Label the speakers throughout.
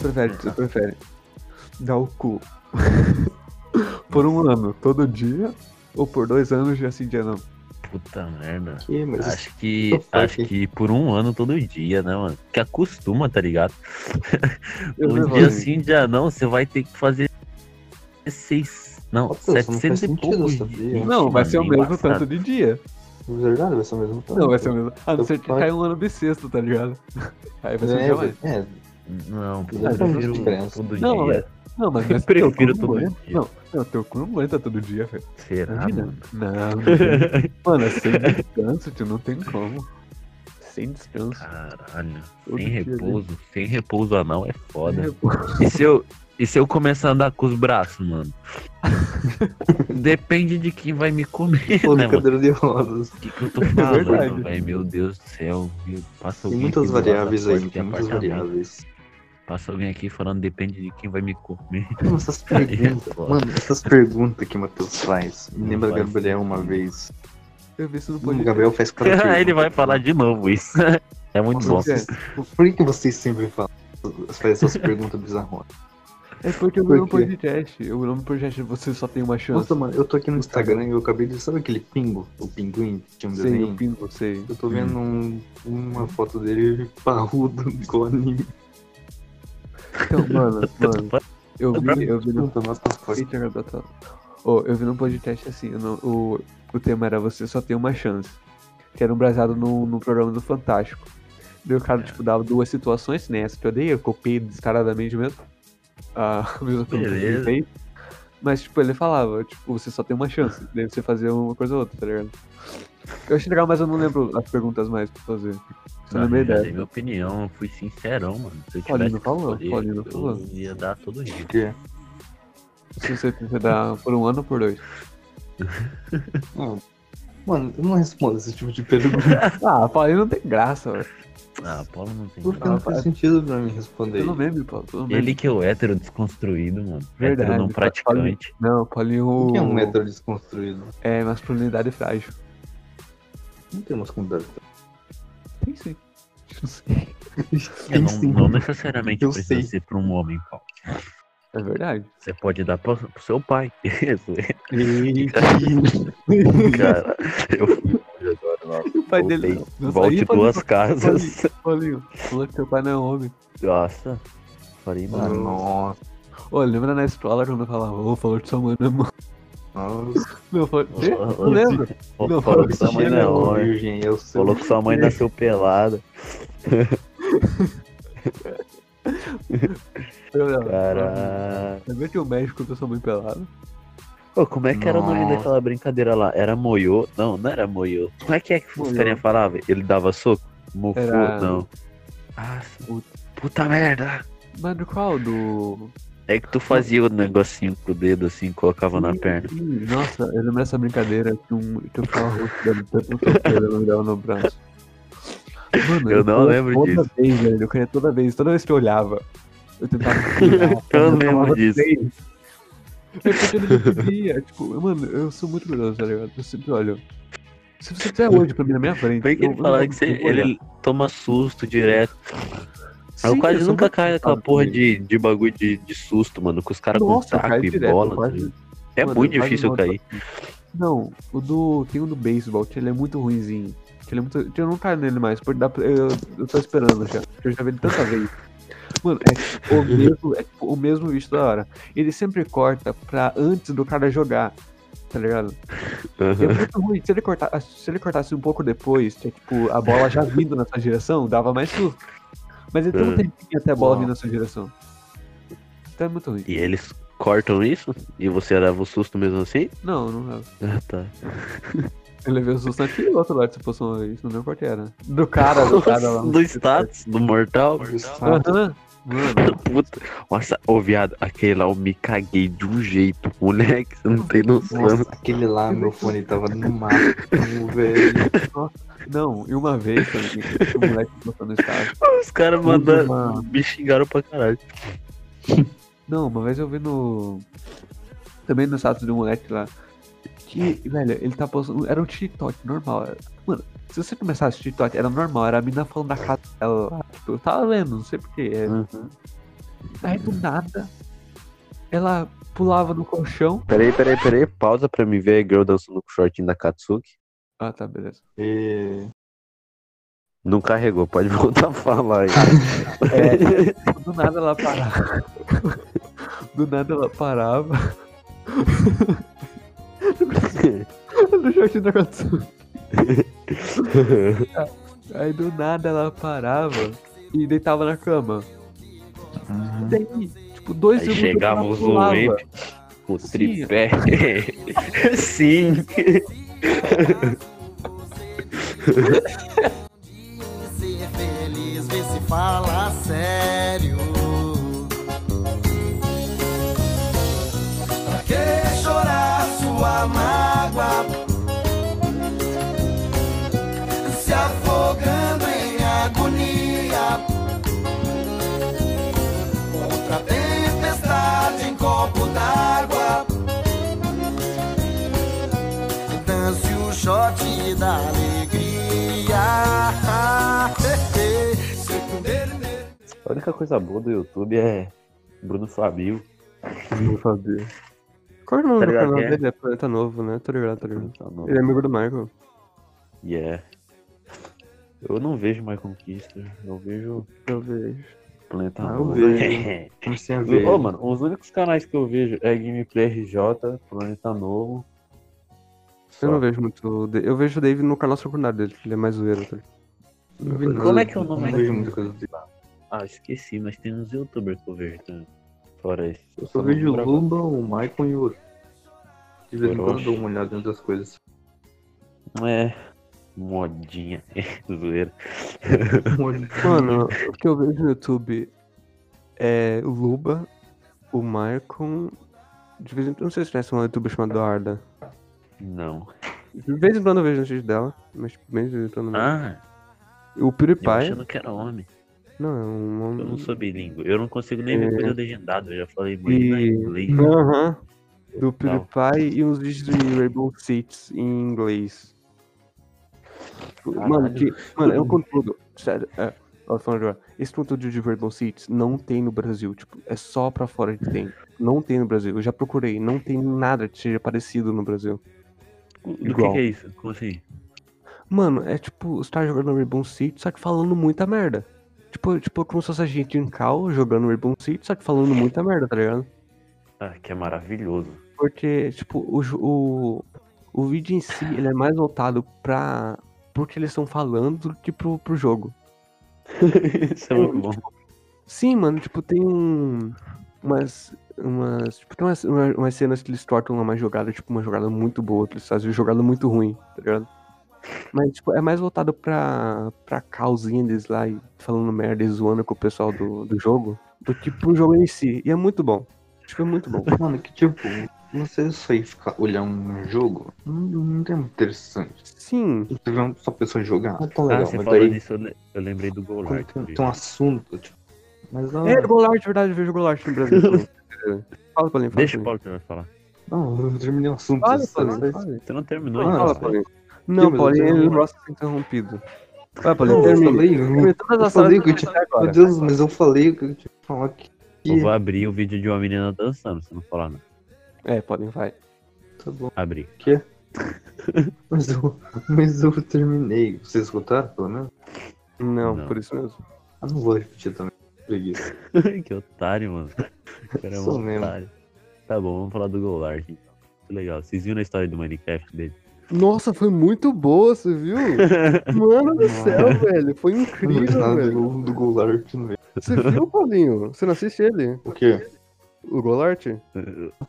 Speaker 1: prefere? Você prefere dar o cu por um ano todo dia ou por dois anos de assim dia não?
Speaker 2: Puta merda.
Speaker 3: Que, mas
Speaker 2: Acho que.
Speaker 3: eu fui
Speaker 2: Acho
Speaker 3: aqui.
Speaker 2: que por um ano todo dia, né, mano? Que acostuma, tá ligado?
Speaker 1: Eu
Speaker 2: um
Speaker 1: levo,
Speaker 2: dia
Speaker 1: hein?
Speaker 2: sim, dia não, você vai ter que fazer seis. Não,
Speaker 3: Ô, Pedro, não faz
Speaker 2: 700 e
Speaker 3: sentido
Speaker 2: poucos
Speaker 3: essa
Speaker 2: dias.
Speaker 3: vida.
Speaker 1: Não, vai ser o
Speaker 2: Mano, é
Speaker 1: mesmo
Speaker 2: embaçado.
Speaker 1: tanto de dia.
Speaker 3: na verdade vai ser o mesmo tanto.
Speaker 1: Não, vai ser o mesmo. então. A não ser que
Speaker 3: Tanto faz.
Speaker 1: caia um ano bissexto, tá ligado? Aí vai ser um dia mais.
Speaker 3: É, é,
Speaker 2: Não, pô,
Speaker 3: Não,
Speaker 2: eu prefiro
Speaker 3: diferença.
Speaker 2: todo
Speaker 1: Não,
Speaker 2: dia.
Speaker 1: Não, mas mas
Speaker 2: Prefiro
Speaker 1: teu cu
Speaker 2: todo
Speaker 1: não aguenta.
Speaker 2: dia.
Speaker 1: Não, não, teu cu não aguenta todo dia, velho.
Speaker 2: Será,
Speaker 1: Imagina.
Speaker 2: mano?
Speaker 1: Não, não. mano, é sem descanso, tio, não tem como. Sem descanso.
Speaker 2: Caralho.
Speaker 1: Todo
Speaker 2: Ah, Sem
Speaker 1: dia, né?
Speaker 2: repouso. Sem repouso anal é foda.
Speaker 1: É, pô.
Speaker 2: E se eu, e se eu começar a andar com os braços, mano? Depende de quem vai me comer,
Speaker 3: pô,
Speaker 2: né, mano?
Speaker 3: cadeira de rodas.
Speaker 2: O que, que eu tô falando,
Speaker 1: verdade.
Speaker 2: velho? Meu Deus do céu. Meu, passa
Speaker 3: É Tem
Speaker 2: alguém
Speaker 3: muitas
Speaker 2: aqui do lado da
Speaker 3: variáveis aí,
Speaker 2: porta de
Speaker 3: tem muitas
Speaker 2: apartamento.
Speaker 3: variáveis.
Speaker 2: Passa alguém aqui falando, depende de quem vai me comer.
Speaker 3: Mano, essas perguntas.
Speaker 2: foda.
Speaker 3: Mano, essas perguntas que o Matheus faz. Me
Speaker 2: Não
Speaker 3: lembra
Speaker 2: faz.
Speaker 3: Gabriel uma vez.
Speaker 1: Eu vi isso no
Speaker 3: O
Speaker 1: podcast.
Speaker 3: Gabriel faz cada pergunta.
Speaker 2: Ele vai falar tipo, de novo isso. É muito bom.
Speaker 3: Nossa, Por que vocês sempre falam? Fazem essas perguntas bizarras.
Speaker 1: É porque eu vi
Speaker 3: Por
Speaker 1: no
Speaker 3: quê?
Speaker 1: podcast. O nome do podcast é você só tem uma chance.
Speaker 3: Nossa, mano, eu tô aqui no Instagram e eu acabei de. Sabe aquele pingo? O pinguim que tinha um
Speaker 1: Sei,
Speaker 3: desenho?
Speaker 1: eu pino, eu sei.
Speaker 3: Eu tô vendo
Speaker 2: Hum.
Speaker 3: um- uma foto dele parrudo, igual anime.
Speaker 1: Então, mano, mano, eu vi, eu vi no
Speaker 3: Puta, mas tá foda.
Speaker 1: Eita, garota. Ô, eu vi num podcast assim, eu não- o, o tema era Você Só Tem Uma Chance. Que era um brasado no, no programa do Fantástico. Daí o cara, tipo, dava duas situações, né? Essa que eu dei, eu copiei descaradamente mesmo. Ah, A mesma pergunta que ele
Speaker 2: Beleza.
Speaker 1: fez. Mas, tipo, ele falava, tipo, você só tem uma chance. Daí você fazia uma coisa ou outra, tá ligado? Eu achei legal, mas eu não lembro as perguntas mais pra fazer. Só
Speaker 3: é
Speaker 2: Não,
Speaker 1: lembrei
Speaker 2: já
Speaker 1: dessa.
Speaker 2: dei minha opinião, eu fui sincerão, mano. Se eu
Speaker 1: Paulino
Speaker 2: tivesse que
Speaker 1: falou,
Speaker 2: escolher,
Speaker 1: Paulino
Speaker 2: eu
Speaker 1: falou.
Speaker 2: ia dar todo dia.
Speaker 3: Porque-
Speaker 1: Se você quiser dar por um ano ou por dois.
Speaker 3: Não. Mano, eu não respondo esse tipo de pergunta.
Speaker 1: Ah, falei não tem graça, velho.
Speaker 2: Ah, Paulo não tem
Speaker 3: Porque
Speaker 2: nada.
Speaker 3: não faz sentido pra mim responder.
Speaker 1: Pelo meme, pô. Pelo
Speaker 3: né?
Speaker 1: meme.
Speaker 2: Ele que é o hétero desconstruído, mano.
Speaker 1: Verdade,
Speaker 3: tá-
Speaker 2: hétero não
Speaker 1: pa- Paulo-
Speaker 2: praticante.
Speaker 1: Não, Paulinho.
Speaker 3: O que é um hétero desconstruído?
Speaker 1: É, masculinidade frágil.
Speaker 3: Não tem masculinidade.
Speaker 1: Tem sim. Não sei.
Speaker 2: É, não,
Speaker 3: sim.
Speaker 2: não necessariamente
Speaker 3: tá Eu
Speaker 2: precisa
Speaker 3: sei.
Speaker 2: ser pra um homem, Paulo.
Speaker 1: É verdade.
Speaker 2: Você pode dar pra- pro seu pai. Isso,
Speaker 3: Ih,
Speaker 2: cara. Eu fui longe agora, nossa.
Speaker 1: E o pai
Speaker 2: Voltei.
Speaker 1: dele. Nossa,
Speaker 2: Volte
Speaker 1: aí,
Speaker 2: duas
Speaker 1: Paulinho,
Speaker 2: casas.
Speaker 1: Paulinho, falou que seu pai não é homem.
Speaker 2: Nossa. Falei,
Speaker 3: Ah,
Speaker 2: mano.
Speaker 3: nossa,
Speaker 1: Ô, lembra na escola quando eu falava, ô, falou que sua mãe não é mãe?
Speaker 3: nossa.
Speaker 1: Não, falou.
Speaker 2: Ô,
Speaker 1: Quê?
Speaker 2: ô,
Speaker 1: Não lembro.
Speaker 2: ô,
Speaker 1: Não,
Speaker 2: é né? Falou que sua
Speaker 1: Paulo,
Speaker 2: mãe não é
Speaker 3: Chega,
Speaker 2: homem.
Speaker 3: virgem, eu sou-
Speaker 2: Falou que sua mãe nasceu pelada.
Speaker 1: Eu não.
Speaker 2: Caralho.
Speaker 1: Lembra que o médico contou sua mãe pelada?
Speaker 2: Ô, como é que era o nome
Speaker 3: Nossa.
Speaker 2: daquela brincadeira lá? Era moiô? Não, não era moiô. Como é que é que os
Speaker 1: Moiô.
Speaker 2: carinha falavam? Ele dava soco? Mofu?
Speaker 1: Era-
Speaker 2: Não. Ah,
Speaker 1: Puta.
Speaker 2: puta merda.
Speaker 1: Mano, qual? Do.
Speaker 2: É que tu fazia o negocinho com o dedo assim, colocava na perna.
Speaker 1: Ih, Nossa, eu lembro dessa brincadeira que, um, que eu ficava roscando tanto no cabelo, eu não me dava no braço. Mano,
Speaker 2: Eu não
Speaker 1: queria
Speaker 2: lembro
Speaker 1: toda
Speaker 2: disso.
Speaker 1: Vez, velho, eu queria toda vez, toda vez que eu olhava, eu tentava. tirar,
Speaker 2: Eu
Speaker 1: mas
Speaker 2: lembro
Speaker 1: tomava
Speaker 2: disso.
Speaker 1: três. É porque ele não podia. Tipo, mano, eu sou muito curioso, tá ligado? Eu sempre olho. Se você quiser hoje pra mim na minha frente.
Speaker 2: Bem que
Speaker 1: eu-
Speaker 2: ele falava
Speaker 1: eu-
Speaker 2: que você-
Speaker 1: eu vou um olhar.
Speaker 2: ele toma susto direto.
Speaker 1: Sim,
Speaker 2: Eu quase
Speaker 1: sou
Speaker 2: nunca
Speaker 1: muito
Speaker 2: caio naquela
Speaker 1: assustado
Speaker 2: porra
Speaker 1: também.
Speaker 2: de, de bagulho de, de susto, mano, com os caras com
Speaker 1: Nossa, eu
Speaker 2: taco
Speaker 1: caio
Speaker 2: e
Speaker 1: direto,
Speaker 2: bola.
Speaker 1: eu
Speaker 2: tá
Speaker 1: quase-
Speaker 2: ligado? É
Speaker 1: Mano,
Speaker 2: muito
Speaker 1: eu quase
Speaker 2: difícil eu
Speaker 1: morto.
Speaker 2: cair.
Speaker 1: Não, o do. Tem um do beisebol, que ele é muito ruinzinho. Que ele é muito. que Eu não caio nele mais, porque dá pra- eu, eu tô esperando já. porque Eu já vi ele tanta vez. Mano, é tipo o mesmo, é tipo o mesmo bicho da hora. Ele sempre corta pra antes do cara jogar. Tá ligado? E É
Speaker 2: Aham.
Speaker 1: muito ruim. Se ele, corta, se ele cortasse um pouco depois, que é tipo, a bola já vindo na sua direção, dava mais susto. Mas ele tem um
Speaker 2: Ah.
Speaker 1: tempinho até a bola
Speaker 3: Uau.
Speaker 1: vir na sua direção. Então é muito ruim.
Speaker 2: E eles cortam isso? E você leva o susto mesmo assim?
Speaker 1: Não, não é.
Speaker 2: Ah, tá.
Speaker 1: Eu levei o susto naquele outro lá que você postou uma vez, não lembro qual que era. Do cara, do cara lá.
Speaker 2: do status, do mortal.
Speaker 3: Justa-
Speaker 1: Aham. Mano,
Speaker 2: Puta. Nossa, ô viado, aquele lá eu me caguei de um jeito, moleque, você não tem noção.
Speaker 3: Nossa, aquele lá, meu fone tava no máximo, velho.
Speaker 1: não, e uma vez também, o moleque postou no estádio.
Speaker 2: Os caras
Speaker 1: mano.
Speaker 2: mandando, me xingaram pra caralho.
Speaker 1: Não, uma vez eu vi no. Também no status do moleque lá. Que, velho, ele tá postando. Era um TikTok normal. era- Mano, se você começar a assistir
Speaker 2: Uhum.
Speaker 1: TikTok, era normal, era a mina falando da casa dela lá. Tipo, eu tava vendo, não sei porquê. É...
Speaker 4: Aí do nada, ela pulava no colchão.
Speaker 2: Peraí, peraí, peraí. Pausa pra me ver a girl dançando com o shortinho da Katsuki.
Speaker 4: Ah, tá, beleza.
Speaker 3: E...
Speaker 2: Não carregou, pode voltar a falar aí.
Speaker 4: Do nada ela parava. Do nada ela parava. no short
Speaker 1: tá
Speaker 4: da Katsuki. Aí do nada ela parava e deitava na cama.
Speaker 3: Uhum.
Speaker 4: Daí, tipo, dois
Speaker 2: Aí
Speaker 4: segundos
Speaker 2: chegava
Speaker 4: ela
Speaker 2: o
Speaker 4: pulava.
Speaker 2: Zuemp com o
Speaker 4: Sim.
Speaker 2: tripé. Sim.
Speaker 5: Ser feliz, vê se fala sério. Pra que chorar sua mágoa? Se afogando em agonia. Outra tempestade em copo d'água. Dance o shot da alegria. né?
Speaker 2: A única coisa boa do YouTube é Bruno Fabio.
Speaker 1: Não sabia. Qual é o nome
Speaker 2: Tá
Speaker 1: do
Speaker 2: ligado
Speaker 1: canal
Speaker 2: quem é?
Speaker 1: dele? É Planeta Novo, né? Tô ligado, tô ligado.
Speaker 2: Tá bom.
Speaker 1: Ele é amigo do Michael.
Speaker 2: Yeah. é. Eu não vejo mais conquista. Eu vejo
Speaker 1: Eu vejo.
Speaker 2: Planeta
Speaker 1: Ah, eu
Speaker 2: Novo.
Speaker 1: vejo. Comecei a ver.
Speaker 2: Ô, mano, os únicos canais que eu vejo é Gameplay RJ, Planeta Novo.
Speaker 1: eu não vejo muito. o Da- Eu vejo o Dave no canal secundário dele, que ele é mais zoeiro. Tá ligado?
Speaker 3: Não vi nada.
Speaker 2: Como é que é o
Speaker 3: Não
Speaker 2: nome
Speaker 3: vejo
Speaker 2: daquele?
Speaker 3: muita coisa tipo. dele.
Speaker 2: Ah, esqueci, mas tem uns youtubers que eu vejo também. Fora esse.
Speaker 3: Eu
Speaker 2: só
Speaker 3: só vejo o
Speaker 2: lembro
Speaker 3: Luba, o Michael e o outro. De vez em quando eu
Speaker 2: Orochi.
Speaker 3: dou uma olhada em outras coisas.
Speaker 2: agora. É. Modinha. é Zoeira.
Speaker 1: Mano, o que eu vejo no YouTube é o Luba, o Michael. De vez em quando, não sei se conhece uma youtuber chamada Arda.
Speaker 2: Não.
Speaker 1: De vez em quando eu vejo notícias dela, mas tipo, bem de vez em quando não.
Speaker 2: Ah,
Speaker 1: O
Speaker 2: eu
Speaker 1: PewDiePie.
Speaker 2: achando que era homem.
Speaker 1: Não, é um
Speaker 2: Eu não
Speaker 1: homem.
Speaker 2: sou bilíngue. Eu não consigo nem ver coisa legendada. Eu já falei muito
Speaker 1: É. E- é
Speaker 2: em inglês.
Speaker 1: Aham. Do
Speaker 2: Não.
Speaker 1: PewDiePie e uns vídeos de Rainbow Six em inglês. Tipo, Mano,
Speaker 2: Caralho.
Speaker 1: que, mano, é um conteúdo. Sério, é. Ó, falando agora, esse conteúdo de Rainbow Six não tem no Brasil. Tipo, é só pra fora que tem. Não tem no Brasil. Eu já procurei. Não tem nada que seja parecido no Brasil.
Speaker 2: Do que
Speaker 1: Igual.
Speaker 2: que é isso? Como assim?
Speaker 1: Mano, é tipo, os caras jogando Rainbow Six, só que falando muita merda. Tipo, tipo como se fosse a gente em cal jogando Rainbow Six, só que falando muita merda, tá ligado?
Speaker 2: Ah, que é maravilhoso.
Speaker 1: Porque, tipo, o, jo- o, o vídeo em si, ele é mais voltado pra... Pro que eles estão falando do que pro, pro jogo.
Speaker 2: Isso é muito bom.
Speaker 1: Sim, mano, tipo, tem um... Umas... Umas, tipo, tem umas, uma- umas cenas que eles cortam uma jogada, tipo, uma jogada muito boa, que eles fazem uma jogada muito ruim, tá ligado? Mas, tipo, é mais voltado pra, pra calzinha deles lá, e falando merda e zoando com o pessoal do, do jogo, do que pro jogo em si. E é muito bom. Tipo, é muito bom.
Speaker 3: Mano, que tipo, você só ir ficar olhar um jogo, não, não é muito interessante.
Speaker 1: Sim,
Speaker 3: Você vê uma só pessoa jogar, ah, tá
Speaker 2: Ah,
Speaker 3: legal,
Speaker 2: você
Speaker 3: mas
Speaker 2: falou
Speaker 3: daí
Speaker 2: disso, eu le- eu lembrei do
Speaker 3: quando
Speaker 2: Golart.
Speaker 3: tem, tem um assunto, tipo. Mas não,
Speaker 1: É, Golart, verdade, eu vejo Golart no Brasil. também. fala pra mim, fala pra
Speaker 2: Deixa o
Speaker 1: mim.
Speaker 2: Paulo Turner falar.
Speaker 3: não, eu terminei o assunto.
Speaker 1: Fala,
Speaker 3: você-
Speaker 1: Paulinho,
Speaker 3: você-
Speaker 1: fala.
Speaker 2: Você não terminou então?
Speaker 3: Não,
Speaker 2: ainda,
Speaker 1: Fala,
Speaker 2: cara.
Speaker 1: Paulinho.
Speaker 3: Sim,
Speaker 1: Não,
Speaker 3: mas
Speaker 1: Paulinho,
Speaker 3: eu tenho-
Speaker 1: ele não gosta de ser interrompido. um Vai, Paulinho,
Speaker 3: Não, eu
Speaker 1: termina.
Speaker 3: falei, eu-
Speaker 1: Termina todas
Speaker 3: eu
Speaker 1: as horas
Speaker 3: falei que
Speaker 1: que
Speaker 3: eu
Speaker 1: você
Speaker 3: tinha.
Speaker 1: tá agora.
Speaker 3: Meu Deus, mas eu falei que eu tinha que falar que.
Speaker 1: Então
Speaker 2: Eu vou abrir o vídeo de uma menina dançando, se não falar não.
Speaker 1: É, Paulinho, vai.
Speaker 3: Tá bom.
Speaker 2: Abri.
Speaker 3: Mas eu, mas eu terminei. Vocês escutaram, pelo menos?
Speaker 1: Não,
Speaker 2: Não.
Speaker 1: por isso mesmo.
Speaker 3: Eu não vou repetir também. Preguiça.
Speaker 2: que otário, mano. O cara é um
Speaker 3: Sou mesmo.
Speaker 2: otário. Tá bom, vamos falar do Golart então. Que legal. Vocês viram a história do Minecraft dele?
Speaker 1: Nossa, foi muito boa, você viu? Mano do céu, velho. Foi
Speaker 3: Eu Não vi
Speaker 1: incrível,
Speaker 3: nada
Speaker 1: velho.
Speaker 3: do, do Goulart no meio.
Speaker 1: Você viu, Paulinho? Você não assiste ele?
Speaker 3: O quê?
Speaker 1: O Golart?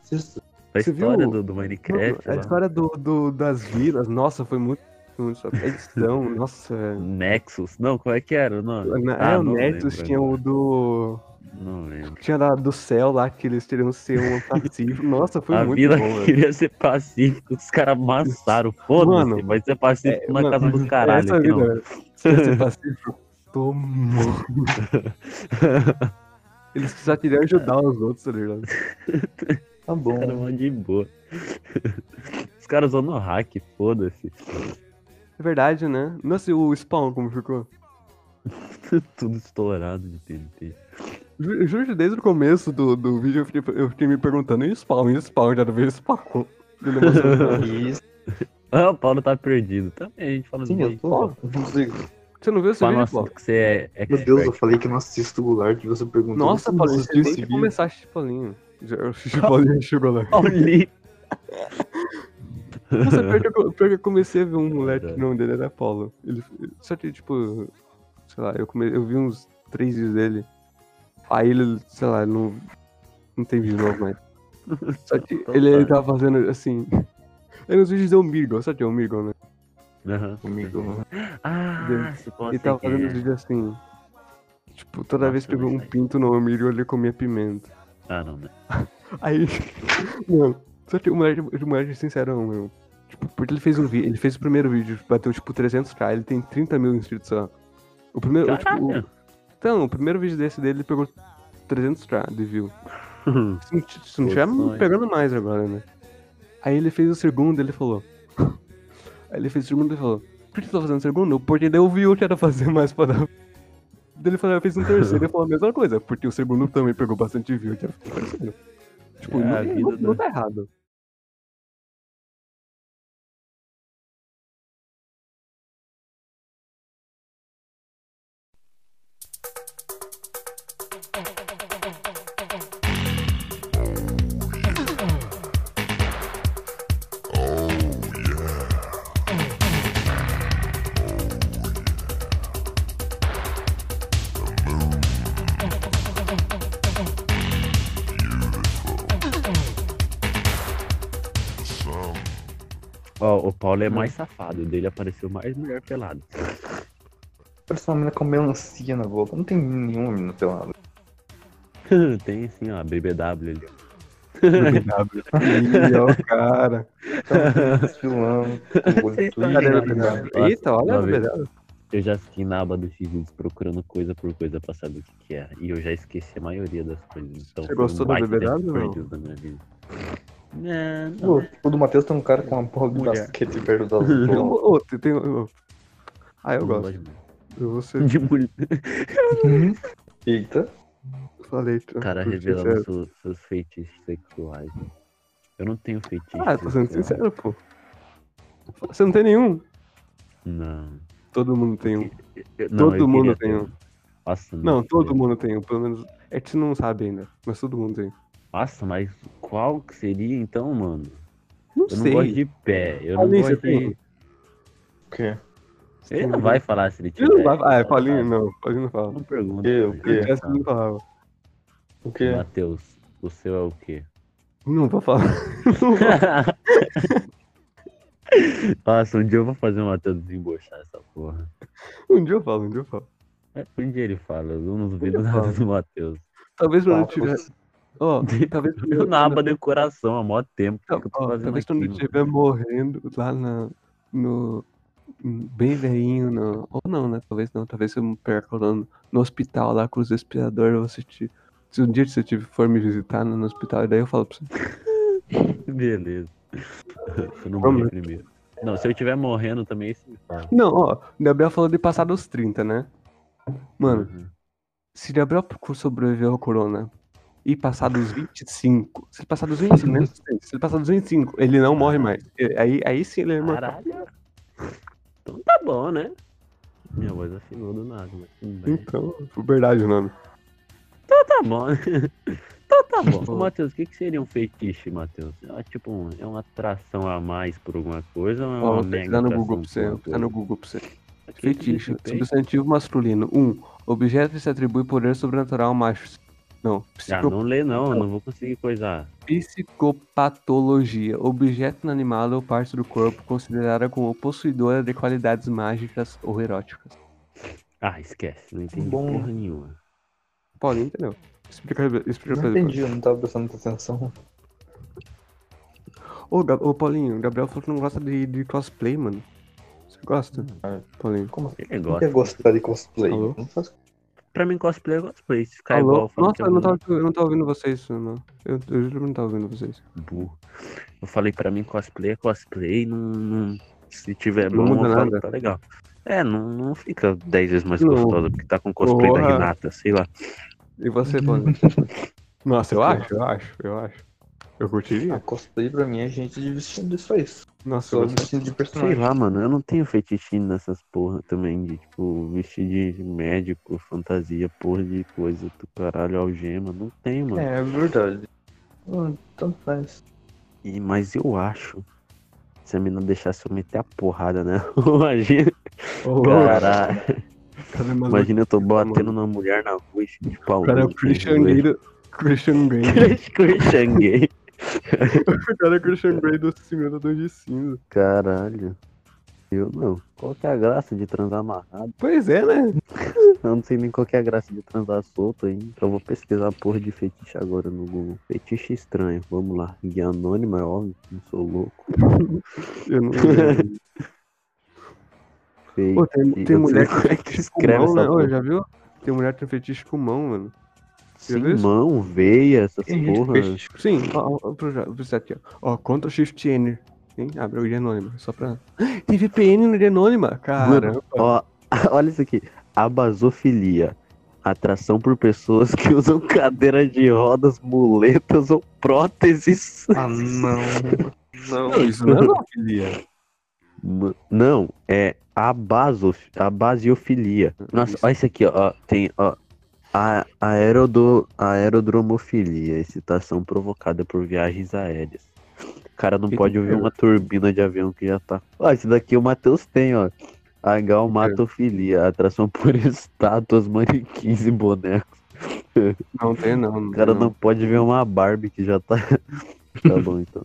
Speaker 3: Assista.
Speaker 2: A
Speaker 1: Você
Speaker 2: história
Speaker 1: viu?
Speaker 2: do, do
Speaker 1: Mano, é
Speaker 2: Minecraft
Speaker 1: a
Speaker 2: lá.
Speaker 1: história do, do- das vilas, nossa, foi muito. muito a edição, nossa. velho.
Speaker 2: Nexus. Não, como é que era o nome?
Speaker 1: Na,
Speaker 2: Ah,
Speaker 1: é, o
Speaker 2: não
Speaker 1: Nexus
Speaker 2: lembro
Speaker 1: tinha o do.
Speaker 2: agora. Não lembro.
Speaker 1: Tinha da, do céu lá que eles teriam ser um passivo. Nossa, foi
Speaker 2: a
Speaker 1: muito
Speaker 2: vila
Speaker 1: bom, velho.
Speaker 2: queria ser pacífica, os caras amassaram. Foda-se,
Speaker 1: Mano,
Speaker 2: vai ser pacífico
Speaker 1: é,
Speaker 2: na
Speaker 1: mano,
Speaker 2: casa do caralho.
Speaker 1: Essa
Speaker 2: aqui, não.
Speaker 1: vida, se ia ser pacífico, tomou. Eles só queriam ajudar os outros, tá ligado?
Speaker 3: Tá
Speaker 2: Os
Speaker 3: bom.
Speaker 2: caras vão de boa. Os caras usando hack, foda-se.
Speaker 1: É verdade, né? Nossa, e o spawn como ficou?
Speaker 2: Tudo estourado de TNT.
Speaker 1: Ju- Juro que desde o começo do, do vídeo eu fiquei, eu fiquei me perguntando, e spawn, e spawn, já veio spawn. E o negócio não.
Speaker 3: Isso,
Speaker 2: Ah, o Paulo tá perdido. Também a gente fala
Speaker 3: sim, eu
Speaker 2: assim.
Speaker 3: tô. Eu não sei.
Speaker 1: Você não viu esse
Speaker 2: Fala
Speaker 1: vídeo,
Speaker 2: nossa,
Speaker 1: Paulo?
Speaker 2: que você é
Speaker 3: Meu
Speaker 2: expert.
Speaker 3: Deus, eu falei que não assisto o Goulart e você perguntou.
Speaker 1: Nossa,
Speaker 3: como
Speaker 1: Paulinho, você
Speaker 3: você assistiu
Speaker 1: tem
Speaker 3: esse
Speaker 1: que
Speaker 3: vídeo?
Speaker 1: começar a Paulinho. Já- o Paulinho chegou lá.
Speaker 2: Paulinho.
Speaker 1: Nossa, pior que, eu, pior que eu comecei a ver um moleque,
Speaker 2: É Verdade.
Speaker 1: o nome dele era Paulo. Ele, só que, tipo, sei lá, eu, come, eu vi uns três vídeos dele. Aí ele, sei lá, não, não tem vídeo novo mais. Só que
Speaker 2: Então
Speaker 1: ele,
Speaker 2: tá.
Speaker 1: ele tava fazendo assim. Era uns vídeos do Omegle, sabe o que é Omegle, né?
Speaker 2: Aham.
Speaker 3: Comigo, mano.
Speaker 2: Ah,
Speaker 1: Deus.
Speaker 2: você pode
Speaker 1: Ele tava
Speaker 2: ser
Speaker 1: fazendo
Speaker 2: que
Speaker 1: uns
Speaker 2: é.
Speaker 1: vídeos assim. Tipo, toda
Speaker 2: Nossa,
Speaker 1: vez que eu vi
Speaker 2: mas
Speaker 1: um
Speaker 2: aí-
Speaker 1: pinto no Omegle, ele comia pimenta.
Speaker 2: Ah, não, né?
Speaker 1: Aí. Mano, só que o moleque, o moleque é sincerão, meu. Tipo, porque ele fez um vídeo. Ele fez o primeiro vídeo, bateu tipo 300k, ele tem 30 mil inscritos só. O primeiro. o, tipo, o-
Speaker 2: Caralho.
Speaker 1: então, o primeiro vídeo desse dele ele pegou 300k de view. Se não, ti- se não
Speaker 2: Pô,
Speaker 1: tiver
Speaker 2: sonho.
Speaker 1: pegando mais agora, né? Aí ele fez o segundo, ele falou. Aí ele fez o segundo e falou: Por que você tá fazendo o segundo? Porque daí eu vi o que era fazer mais pra dar. Daí ele falou: Eu fiz um terceiro e falou a mesma coisa, porque o segundo também pegou bastante view. Que era fazer parecido." tipo,
Speaker 2: É,
Speaker 1: não,
Speaker 2: a
Speaker 1: não-
Speaker 2: vida
Speaker 1: não
Speaker 2: da-
Speaker 1: tá errado.
Speaker 2: Ó, o Paulo é mais safado. O dele apareceu mais mulher pelado.
Speaker 3: Parece uma menina com melancia na boca. Não tem nenhuma menina pelada.
Speaker 2: Tem assim, ó, BBW ali.
Speaker 1: Ih, ó, o cara.
Speaker 3: Tá desfilando. com o olho
Speaker 2: Sei
Speaker 3: tudo
Speaker 2: lá,
Speaker 3: inchado.
Speaker 2: né?
Speaker 1: Eita, olha
Speaker 2: Lá
Speaker 1: a
Speaker 2: vem.
Speaker 1: verdade.
Speaker 2: Eu já fiquei na aba do X-Vídeos procurando coisa por coisa pra saber o que, que é. E eu já esqueci a maioria das coisas. Então,
Speaker 1: Você
Speaker 2: foi um
Speaker 1: gostou da
Speaker 2: baita
Speaker 1: BBW,
Speaker 2: tempo
Speaker 1: não?
Speaker 2: perdido na minha vida. Não, não.
Speaker 3: Pô, O do Matheus tem um cara com uma porra de
Speaker 2: Mulher.
Speaker 3: basquete perto das
Speaker 1: Eu,
Speaker 3: bolas.
Speaker 1: ô, tem- tem- ô. Ah, eu
Speaker 2: Não
Speaker 1: gosto.
Speaker 2: gosto não.
Speaker 1: Eu vou ser.
Speaker 2: De mulher.
Speaker 3: Eita.
Speaker 1: Falei.
Speaker 2: O cara
Speaker 1: fui
Speaker 2: revelando
Speaker 1: sincero.
Speaker 2: seus, seus feitiços sexuais. né? Eu não tenho feitiço.
Speaker 1: Ah, eu tô sendo
Speaker 2: sexual.
Speaker 1: sincero, pô. Você não tem nenhum?
Speaker 2: Não.
Speaker 1: Todo mundo tem um.
Speaker 2: Eu-
Speaker 1: Todo
Speaker 2: eu
Speaker 1: mundo tem
Speaker 2: queria ter
Speaker 1: um.
Speaker 2: Nossa,
Speaker 1: Não,
Speaker 2: eu
Speaker 1: todo
Speaker 2: queria.
Speaker 1: mundo tem um, pelo menos. É que você não sabe ainda, mas todo mundo tem.
Speaker 2: Nossa, mas qual que seria então, mano?
Speaker 1: Não
Speaker 2: Eu
Speaker 1: sei.
Speaker 2: não gosto de pé. Eu não
Speaker 1: Paulinho, você
Speaker 2: gosto
Speaker 1: tem
Speaker 2: de...
Speaker 3: O quê?
Speaker 2: Ele não vai falar se ele tiver. tá?
Speaker 1: Ele É, não vai. Ah, é, Paulinho
Speaker 2: não.
Speaker 1: não. Paulinho não fala.
Speaker 2: Não pergunta.
Speaker 3: Eu,
Speaker 2: né?
Speaker 3: eu,
Speaker 1: Se tivesse, ele não falava.
Speaker 3: O quê?
Speaker 2: Matheus, o seu é o quê?
Speaker 1: Não vou falar.
Speaker 2: Nossa, um dia eu vou fazer o Matheus desembochar essa porra.
Speaker 1: Um dia eu falo, um dia eu falo.
Speaker 2: É, Um dia ele fala, eu não duvido
Speaker 1: eu
Speaker 2: nada
Speaker 1: falo.
Speaker 2: do Matheus.
Speaker 1: Talvez eu não
Speaker 3: Tá,
Speaker 1: tivesse. Ó, talvez quando
Speaker 2: Eu na aba
Speaker 1: quando-
Speaker 2: do coração há mó tempo.
Speaker 1: Então, Ó,
Speaker 2: que eu tô fazendo
Speaker 1: talvez quando eu
Speaker 2: aquilo?
Speaker 1: estiver morrendo lá na, no. Bem velhinho, não. Ou não, né? Talvez não. Talvez se eu me perca lá no, no hospital lá com os respiradores, você te. Se um dia você te- for me visitar né, no, no hospital, e daí eu falo pra você.
Speaker 2: Beleza. Eu não
Speaker 1: Vamos.
Speaker 2: morri primeiro. Não, se eu estiver morrendo também, isso me fala.
Speaker 1: Não, ó, o Gabriel falou de passar dos 30, né? Mano,
Speaker 2: Uhum.
Speaker 1: se Gabriel sobreviveu ao corona e passar dos 25, se ele passar dos 25, né? se ele passar dos 25, ele não morre mais. E- Aí, aí sim ele é imortal.
Speaker 2: Caralho. Então tá bom, né? Minha voz afinou do nada, mas tudo bem.
Speaker 1: Então, verdade o nome.
Speaker 2: Tá bom, né? Então tá bom.
Speaker 1: Pô.
Speaker 2: Ô, Matheus, o que, que seria um feitiço, Matheus? É tipo, um- é uma atração a mais por alguma coisa ou é
Speaker 1: Ó,
Speaker 2: uma
Speaker 1: vou
Speaker 2: mega
Speaker 1: pesquisar no
Speaker 2: atração
Speaker 1: Google pra
Speaker 2: por
Speaker 1: você. Vou
Speaker 2: alguma
Speaker 1: pesquisar no
Speaker 2: coisa?
Speaker 1: Google pra você.
Speaker 2: O que que
Speaker 1: Fetiche,
Speaker 2: significa isso?
Speaker 1: substantivo masculino. 1. Um, objeto que se atribui poder sobrenatural macho. Não,
Speaker 2: Ah,
Speaker 1: psico-
Speaker 2: não lê não, eu não vou conseguir coisar.
Speaker 1: psicopatologia. Objeto inanimado ou parte do corpo considerada como possuidora de qualidades mágicas ou eróticas.
Speaker 2: Ah, esquece, não entendi
Speaker 3: Bom.
Speaker 2: porra nenhuma.
Speaker 1: Paulinho entendeu. Explica, explica pra
Speaker 3: Não
Speaker 1: ele.
Speaker 3: entendi, eu não tava prestando muita atenção.
Speaker 1: Paulo. Ô, Gab- ô, Paulinho, o Gabriel falou que não gosta de, de cosplay, mano. Você gosta?
Speaker 3: Ah.
Speaker 1: Paulinho.
Speaker 3: Como assim?
Speaker 2: Ele
Speaker 3: Não quer
Speaker 2: gosta.
Speaker 3: gostar de cosplay?
Speaker 1: Alô?
Speaker 3: Não faz
Speaker 2: Pra mim, cosplay é cosplay. Se ficar igual,
Speaker 1: Alô?
Speaker 2: eu falo
Speaker 1: Nossa,
Speaker 2: que é
Speaker 1: eu não,
Speaker 2: bonito.
Speaker 1: tava, eu não tava ouvindo vocês, não. Eu, eu juro que eu não tava ouvindo vocês.
Speaker 2: burro. Eu falei pra mim cosplay é cosplay, não, não- se tiver
Speaker 1: Não
Speaker 2: bom,
Speaker 1: muda
Speaker 2: eu falo,
Speaker 1: nada.
Speaker 2: tá legal. É, não, não fica 10 vezes mais
Speaker 1: Não.
Speaker 2: gostosa porque tá com cosplay
Speaker 1: Porra.
Speaker 2: da Renata, sei lá.
Speaker 1: E você, Tony? Nossa, eu acho, eu acho, eu acho. Eu
Speaker 3: Ah,
Speaker 1: curtiria.
Speaker 3: cosplay pra mim é gente de vestido de só isso.
Speaker 1: Nossa,
Speaker 3: Só
Speaker 1: eu gosto.
Speaker 3: vestido de
Speaker 2: Sei
Speaker 3: personagem.
Speaker 2: lá, mano, eu não tenho fetichinho nessas porra também de, tipo, vestir de médico, fantasia, porra de coisa do caralho, algema, não tem, mano.
Speaker 3: É, é verdade. Hum, tanto faz.
Speaker 2: E, mas eu acho, se a mina deixasse eu meter a porrada, né? Imagina,
Speaker 1: Oh,
Speaker 2: caralho,
Speaker 1: cara, mas o
Speaker 2: imagina eu tô batendo na mulher na rua e de pau.
Speaker 1: cara é o Christian Grey. do- Christian Grey.
Speaker 2: Christian Gay.
Speaker 1: O cara é o Christian Grey do Cimento de Cinza.
Speaker 2: Caralho. Eu não. Qual que é a graça de transar amarrado?
Speaker 1: Pois é, né?
Speaker 2: Eu não sei nem qual que é a graça de transar solto ainda. Eu vou pesquisar a porra de fetiche agora no Google. Fetiche estranho. Vamos lá. Guia anônima, é óbvio. Não sou louco.
Speaker 1: Eu não lembro.
Speaker 2: Fetiche.
Speaker 1: Pô, tem, tem
Speaker 2: Eu não sei
Speaker 1: mulher
Speaker 2: como
Speaker 1: que
Speaker 2: é que escreve
Speaker 1: mão,
Speaker 2: essa
Speaker 1: né? Ô,
Speaker 2: porra.
Speaker 1: já viu? Tem mulher que tem fetiche com mão, mano.
Speaker 2: Sem
Speaker 1: viu isso?
Speaker 2: mão, veia, essas
Speaker 3: Tem gente
Speaker 2: porras.
Speaker 3: que fez-
Speaker 1: Sim, ó, ó, ó, pro, já- pro chat aqui, ó. Ó, Ctrl Shift N. Hein? Abre o guia anônima, só pra. Tem VPN no guia anônima? Caramba.
Speaker 2: Ó, olha isso aqui. Abasofilia. Atração por pessoas que usam cadeira de rodas, muletas ou próteses.
Speaker 3: Ah, não. Não.
Speaker 1: Não, isso não é zoofilia.
Speaker 2: Ma- Não, é abasof... abasiofilia. Nossa, olha isso aqui, ó. Tem, ó. A aerodo... aerodromofilia, excitação provocada por viagens aéreas. O cara não
Speaker 1: Que
Speaker 2: pode
Speaker 1: que
Speaker 2: ouvir
Speaker 1: é?
Speaker 2: uma turbina de avião que já tá. Ó, esse daqui o Matheus tem, ó. A galmatofilia, atração por estátuas, manequins e bonecos.
Speaker 1: Não tem, não. não
Speaker 2: O cara
Speaker 1: tem,
Speaker 2: não pode ver uma Barbie que já tá. tá bom, então.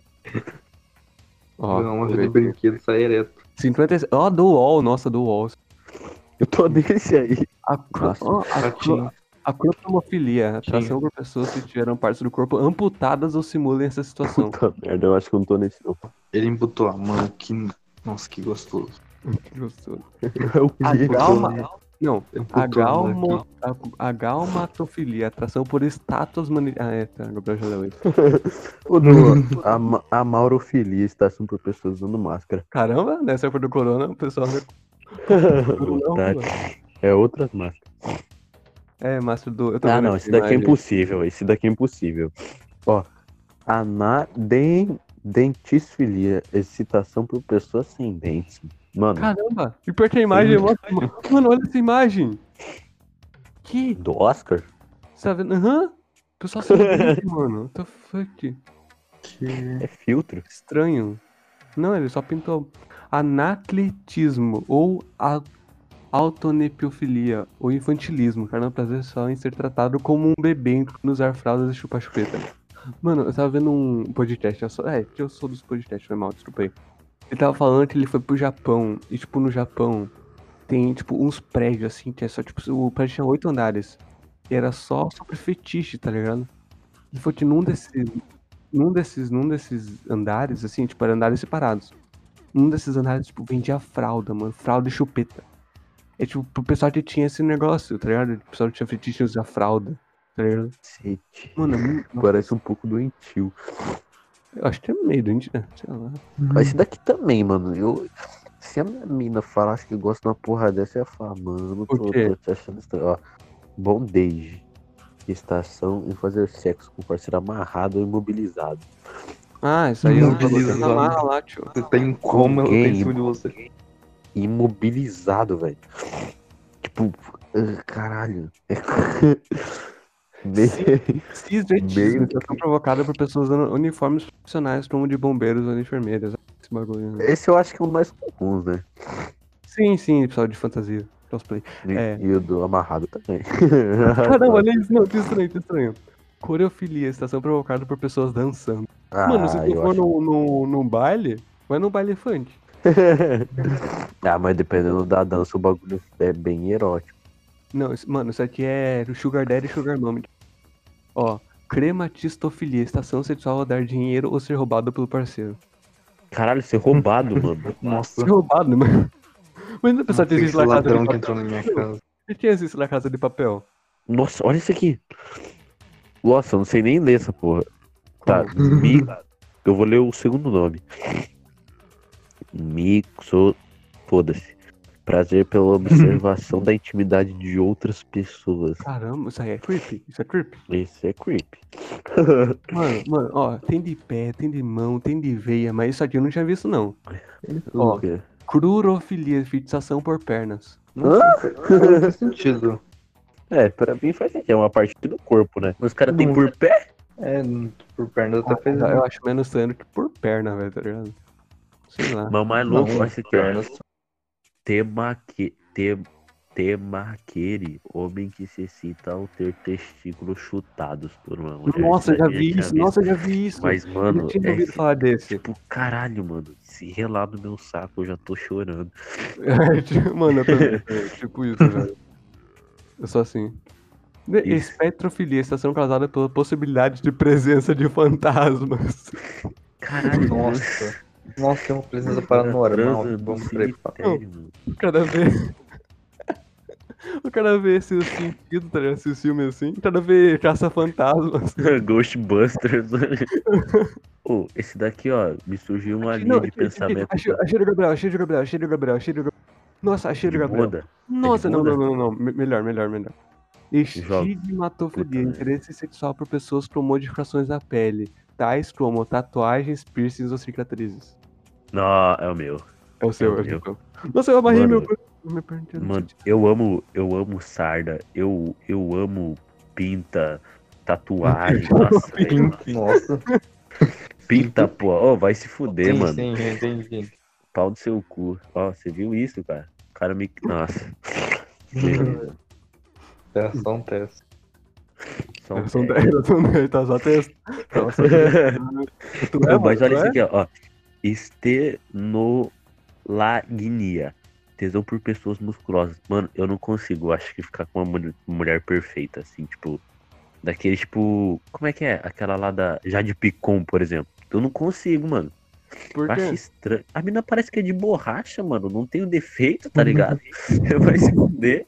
Speaker 1: Ó,
Speaker 3: não,
Speaker 1: vou
Speaker 3: mas
Speaker 1: ver.
Speaker 3: de brinquedo sai ereto.
Speaker 1: 50. Ó, do UOL, nossa, do UOL.
Speaker 2: Eu tô nesse aí.
Speaker 1: A, cro-
Speaker 2: Nossa, tá
Speaker 1: ó, a, cro- a crotomofilia, atração por pessoas que tiveram partes do corpo amputadas ou simulem essa situação.
Speaker 2: Puta tá merda, eu acho que eu não tô nesse, não.
Speaker 3: Ele embutou a mão que. Nossa, que gostoso.
Speaker 1: Que gostoso.
Speaker 2: É o
Speaker 1: A
Speaker 2: quê?
Speaker 1: galma... Não,
Speaker 3: Embutou
Speaker 1: a,
Speaker 3: mão aqui.
Speaker 1: galmo... a, a galmatofilia, atração por estátuas mani... Ah, é, tá, Gabriel já leu isso.
Speaker 2: Ô,
Speaker 1: Uhum.
Speaker 2: Du, a, ma- a maurofilia está sendo por pessoas usando máscara.
Speaker 1: Caramba, nessa época do corona, o pessoal... Não,
Speaker 2: Tá,
Speaker 1: mano.
Speaker 2: é outras máscaras.
Speaker 1: É, Márcio do... Eu tô
Speaker 2: Ah,
Speaker 1: vendo
Speaker 2: não,
Speaker 1: aqui
Speaker 2: esse daqui é
Speaker 1: imagem.
Speaker 2: impossível. Esse daqui é impossível. Ó, anaden, dentisfilia, excitação por pessoas sem dentes. Mano,
Speaker 1: Caramba, e perto a imagem, mostra- mano, olha essa imagem. Que?
Speaker 2: do Oscar?
Speaker 1: Você tá vendo? Aham, o pessoal se entende, mano. What the fuck?
Speaker 3: Que-
Speaker 2: É filtro?
Speaker 1: Estranho. Não, ele só pintou anacletismo ou a autonepiofilia ou infantilismo, cara, é um prazer só em ser tratado como um bebê em usar fraldas e chupar chupeta. Mano, eu tava vendo um podcast, eu sou, é, que eu sou dos podcasts, foi mal, desculpa aí. Ele tava falando que ele foi pro Japão, e tipo, no Japão tem, tipo, uns prédios, assim, que é só, tipo, o prédio tinha oito andares, e era só sobre fetiche, tá ligado? Ele falou que num desses, num desses, num desses andares, assim, tipo, eram andares separados. Num desses andares, tipo, vendia fralda, mano. Fralda e chupeta. É tipo, pro pessoal que tinha esse negócio, tá ligado? O pessoal que tinha fetiche em usar fralda, tá ligado?
Speaker 2: Cacete.
Speaker 1: Mano, é muito-
Speaker 2: Parece um pouco doentio.
Speaker 1: eu acho que é meio doente, né? Sei lá.
Speaker 2: Mas esse daqui também, mano. Eu... Se a minha mina falasse que gosta de uma porra dessa, eu ia falar, mano,
Speaker 1: O
Speaker 2: tô,
Speaker 1: quê?
Speaker 2: tô te achando estranho. Ó, bondage. Estação em fazer sexo com um parceiro amarrado ou imobilizado.
Speaker 1: Ah, isso aí é um
Speaker 3: Mobilizando.
Speaker 1: na mala lá, tio.
Speaker 3: Você tá em coma, eu tô
Speaker 2: Alguém-
Speaker 3: em cima de você.
Speaker 2: Imobilizado, velho. Tipo, ah, caralho. Me-
Speaker 1: Cisnetismo,
Speaker 2: Meio
Speaker 1: que são provocadas Tá por pessoas usando uniformes profissionais, como de bombeiros ou de enfermeiras. Esse bagulho, né?
Speaker 2: Esse eu acho que é o mais comum, né?
Speaker 1: Sim, sim, pessoal de fantasia, cosplay.
Speaker 2: E,
Speaker 1: É.
Speaker 2: e o do amarrado também.
Speaker 1: Caramba, olha isso, não, que estranho, que estranho. Coreofilia, estação provocada por pessoas dançando.
Speaker 2: Ah,
Speaker 1: Mano, se tu
Speaker 2: eu
Speaker 1: for
Speaker 2: acho-
Speaker 1: num, num, num baile, vai num baile funk.
Speaker 2: Ah, mas dependendo da dança, o bagulho é bem erótico.
Speaker 1: Não, isso- mano, isso aqui é o Sugar Daddy e Sugar Mommy. Ó, crematistofilia, estação sexual ao dar dinheiro ou ser roubado pelo parceiro.
Speaker 2: Caralho, ser roubado, mano.
Speaker 3: Nossa,
Speaker 1: Ser roubado, mano. Mas não pensar que
Speaker 3: esse
Speaker 1: existe na casa
Speaker 3: ladrão
Speaker 1: de
Speaker 3: que
Speaker 1: papel.
Speaker 3: entrou na minha casa.
Speaker 1: Por que existe na casa de papel?
Speaker 2: Nossa, olha isso aqui. Nossa, eu não sei nem ler essa porra. Tá, mi... eu vou ler o segundo nome. Mixo... Foda-se. Prazer pela observação da intimidade de outras pessoas.
Speaker 1: Caramba, isso aí é creepy. Isso é creepy.
Speaker 2: Isso é creepy.
Speaker 1: Mano, mano, ó, tem de pé, tem de mão, tem de veia, mas isso aqui eu não tinha visto, não. Ó, crurofilia, fixação por pernas.
Speaker 3: Não faz sentido.
Speaker 2: É, pra mim faz sentido. É uma parte do corpo, né? Os caras têm por pé?
Speaker 3: É, por perna tá fazendo.
Speaker 1: Eu acho menos sendo que por perna, velho, tá ligado? Sei lá.
Speaker 2: Mas o mais louco,
Speaker 3: Não,
Speaker 2: olha esse aqui, ó.
Speaker 3: pernas.
Speaker 2: Temaque, te, temaquere, homem que se sinta ao ter testículos chutados por uma mulher.
Speaker 1: Nossa, eu já
Speaker 2: Isso aí
Speaker 1: vi
Speaker 2: tinha
Speaker 1: isso,
Speaker 2: visto.
Speaker 1: nossa, eu já vi isso.
Speaker 2: Mas,
Speaker 1: Eu
Speaker 2: mano,
Speaker 1: não tinha
Speaker 2: é
Speaker 1: ouvido falar desse.
Speaker 2: tipo, caralho, mano. Se relar no meu saco, eu já tô chorando.
Speaker 1: É, tipo, Mano, eu também, é, tipo isso, velho. Eu sou assim. Ne-
Speaker 2: Isso.
Speaker 1: Espectrofilia, estação causada pela possibilidade de presença de fantasmas.
Speaker 2: Caralho,
Speaker 3: Nossa. Nossa, é uma presença
Speaker 2: mano,
Speaker 3: paranormal.
Speaker 2: transa no
Speaker 3: Vamos preparar.
Speaker 2: cemitério, mano.
Speaker 1: O cara vê. O cara vê esse sentido, tá ligado? Esse filme assim. O cara vê caça fantasmas.
Speaker 2: Ghostbusters. Ô, esse daqui, ó, me surgiu uma linha
Speaker 1: Não,
Speaker 2: Um de
Speaker 1: aqui, aqui, aqui.
Speaker 2: pensamento
Speaker 1: Achei, achei do Gabriel, achei do Gabriel, achei do Gabriel, achei do Gabriel. Nossa, achei do
Speaker 2: de
Speaker 1: Gabriel.
Speaker 2: moda.
Speaker 1: Nossa, não, não,
Speaker 2: Buda?
Speaker 1: não, não. Me- Melhor, melhor, melhor.
Speaker 2: Joga. Puta
Speaker 1: Estigmatofilia,
Speaker 2: merda.
Speaker 1: interesse sexual por pessoas com modificações na pele, tais como tatuagens, piercings ou cicatrizes.
Speaker 2: Não, é o meu.
Speaker 1: É o seu, é
Speaker 2: Meu
Speaker 1: o seu. Nossa, eu amarrei
Speaker 2: Mano,
Speaker 1: meu corpo. Minha perna inteira.
Speaker 2: Mano, eu amo, eu amo sarda, eu, eu amo pinta, tatuagem, nossa, velho, mano.
Speaker 3: Nossa.
Speaker 2: pinta, pô, ó, vai se fuder,
Speaker 3: sim,
Speaker 2: mano,
Speaker 3: Sim, entendi.
Speaker 2: pau do seu cu, ó, você viu isso, cara? O cara me, nossa, Beleza.
Speaker 3: Era só um teste.
Speaker 2: só um
Speaker 1: Eu sou um
Speaker 2: pé.
Speaker 1: dez, eu sou um dez, tá só texto. Tá só texto. Tu é,
Speaker 2: Mas
Speaker 1: mano,
Speaker 2: olha
Speaker 1: tu
Speaker 2: isso
Speaker 1: é?
Speaker 2: aqui, ó, ó, estenolagnia, tesão por pessoas musculosas, mano, eu não consigo, eu acho que ficar com uma mulher- mulher perfeita, assim, tipo, daquele, tipo, como é que é, aquela lá da Jade Picon, por exemplo, eu não consigo, mano.
Speaker 1: Por
Speaker 2: Eu acho
Speaker 1: quê?
Speaker 2: estranho. A mina parece que é de borracha, mano. Não tem o defeito,
Speaker 1: Uhum.
Speaker 2: tá ligado? Vai se fuder.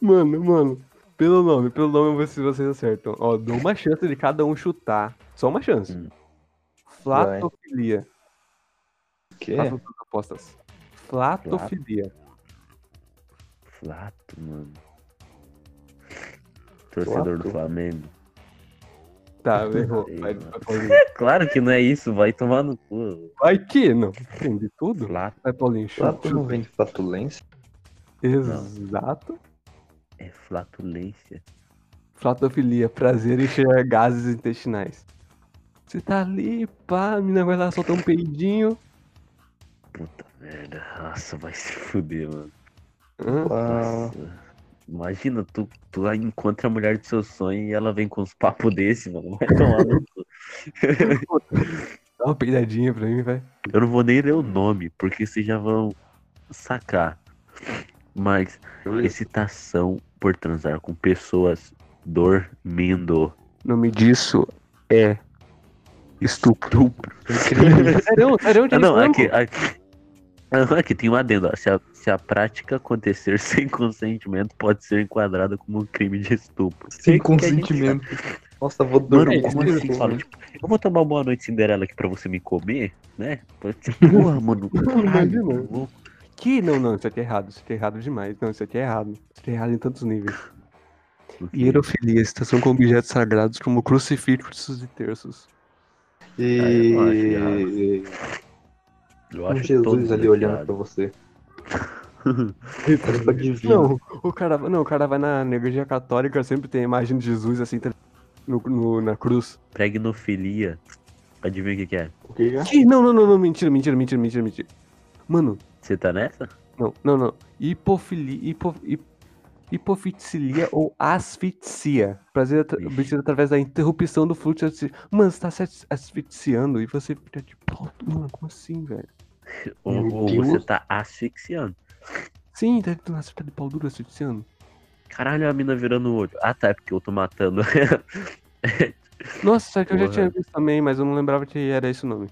Speaker 1: Mano, mano. Pelo nome, pelo nome eu vou ver se vocês acertam. Ó, dou uma chance de cada um chutar. Só uma chance.
Speaker 2: Hum.
Speaker 1: Flatofilia.
Speaker 3: O quê?
Speaker 1: Façam suas apostas. Flatofilia.
Speaker 2: Flato, mano. Torcedor do
Speaker 3: Flato?
Speaker 2: Flamengo.
Speaker 1: Tá, errou.
Speaker 2: Sei,
Speaker 1: Vai,
Speaker 2: mano.
Speaker 1: vai Paulinho.
Speaker 2: Claro que não é isso, vai tomar no cu.
Speaker 1: Vai que não. Entendi tudo.
Speaker 2: Flato
Speaker 1: Vai, Paulinho. Chuta.
Speaker 3: Flato não vem de flatulência?
Speaker 1: Exato.
Speaker 2: é flatulência.
Speaker 1: Flatofilia. Prazer em cheirar gases intestinais. Você tá ali, pá. A mina vai lá soltar um peidinho.
Speaker 2: Puta merda. Nossa, vai se fuder, mano.
Speaker 1: Hã?
Speaker 3: Ah,
Speaker 2: Nossa. Imagina, tu, tu aí encontra a mulher do seu sonho e ela vem com uns papos desse, mano. Vai tomar no cu.
Speaker 1: Dá uma peidadinha pra mim, vai.
Speaker 2: Eu não vou nem ler o nome, porque vocês já vão sacar. Mas excitação por transar com pessoas dormindo.
Speaker 1: O nome disso é estupro.
Speaker 3: Incrível.
Speaker 1: Sério, sério,
Speaker 2: Ah, não,
Speaker 1: James
Speaker 2: aqui,
Speaker 1: Franco?
Speaker 2: aqui, Ah, aqui tem um adendo. ó. Se a, se a prática acontecer sem consentimento, pode ser enquadrada como um crime de estupro.
Speaker 3: Sem
Speaker 2: Que a gente-
Speaker 3: consentimento. Nossa, vou
Speaker 2: Mano,
Speaker 3: dormir.
Speaker 2: como
Speaker 3: com
Speaker 2: assim?
Speaker 3: isso.
Speaker 2: Fala, tipo, eu vou tomar uma boa noite Cinderela aqui pra você me comer, né? Porra, mano.
Speaker 1: Não,
Speaker 2: Caralho,
Speaker 1: imagina.
Speaker 2: louco.
Speaker 1: Que não, não, isso aqui é errado, isso aqui é errado demais. Não, isso aqui é errado. Isso aqui é errado em tantos níveis. Hierofilia, citação com objetos sagrados como crucifixos e terços.
Speaker 2: eu não acho errado.
Speaker 3: E...
Speaker 2: Eu
Speaker 3: Um
Speaker 2: acho
Speaker 3: Jesus
Speaker 2: todos
Speaker 3: ali olhando
Speaker 2: errados.
Speaker 3: pra você.
Speaker 1: Eita,
Speaker 3: Parece divino.
Speaker 1: Não, o cara, não, o cara vai na na igreja católica, sempre tem a imagem de Jesus assim tá- no, no- na cruz.
Speaker 2: Pregnofilia. Adivinha o que, que é?
Speaker 3: O que é?
Speaker 1: Que? Não, não, não, não, mentira, mentira, mentira, mentira, mentira. Mano,
Speaker 2: Você tá nessa?
Speaker 1: não, não, não. Hipofilia, hipo, hip- hipofixilia ou asfixia. Prazer atra-
Speaker 2: Ixi.
Speaker 1: obtido através da interrupção do fluxo. asfi- Mano, você tá se as- asfixiando e você fica tipo, "Pô, mano, como assim, velho?
Speaker 2: Ou,
Speaker 3: Meu
Speaker 2: ou você
Speaker 3: Deus.
Speaker 2: tá asfixiando?
Speaker 1: Sim, tá tá na fica de pau duro asfixiando.
Speaker 2: Caralho, a mina virando o olho. Ah, tá, é porque eu tô matando.
Speaker 1: Nossa, só que eu já
Speaker 2: Porra.
Speaker 1: tinha visto também, mas eu não lembrava que era esse o nome.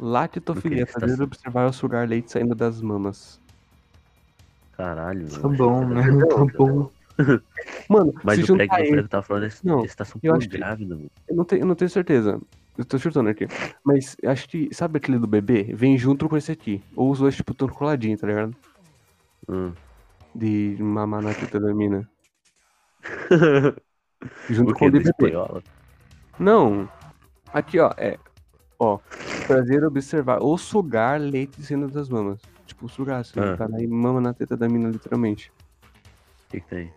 Speaker 1: Lactofilia,
Speaker 2: Do que que tá
Speaker 1: fazer
Speaker 2: sendo?
Speaker 1: observar ou sugar leite saindo das mamas.
Speaker 2: Caralho, mano.
Speaker 3: Tá bom, né? Tá bom.
Speaker 1: Mano,
Speaker 2: Mas
Speaker 1: se
Speaker 2: o prego
Speaker 1: juntar
Speaker 2: que
Speaker 1: ele,
Speaker 2: eu tava falando é
Speaker 1: Não,
Speaker 2: estação
Speaker 1: eu
Speaker 2: por
Speaker 1: acho que-
Speaker 2: grávida, mano.
Speaker 1: eu não, tenho, eu não tenho certeza. Eu tô chutando aqui. Mas acho que, sabe aquele do bebê? Vem junto com esse aqui. Ou os dois, tipo, tão coladinho, tá ligado?
Speaker 2: Hum.
Speaker 1: de mamar na teta da mina.
Speaker 2: O
Speaker 1: Junto
Speaker 2: Ah, que
Speaker 1: com o
Speaker 2: da
Speaker 1: DPP.
Speaker 2: espanhola?
Speaker 1: Não. Aqui, ó, é. Ó, prazer observar ou sugar leite sendo das mamas. Tipo, sugar, você
Speaker 2: Ah.
Speaker 1: tá lá e mama na teta da mina, literalmente.
Speaker 2: O que, que tem?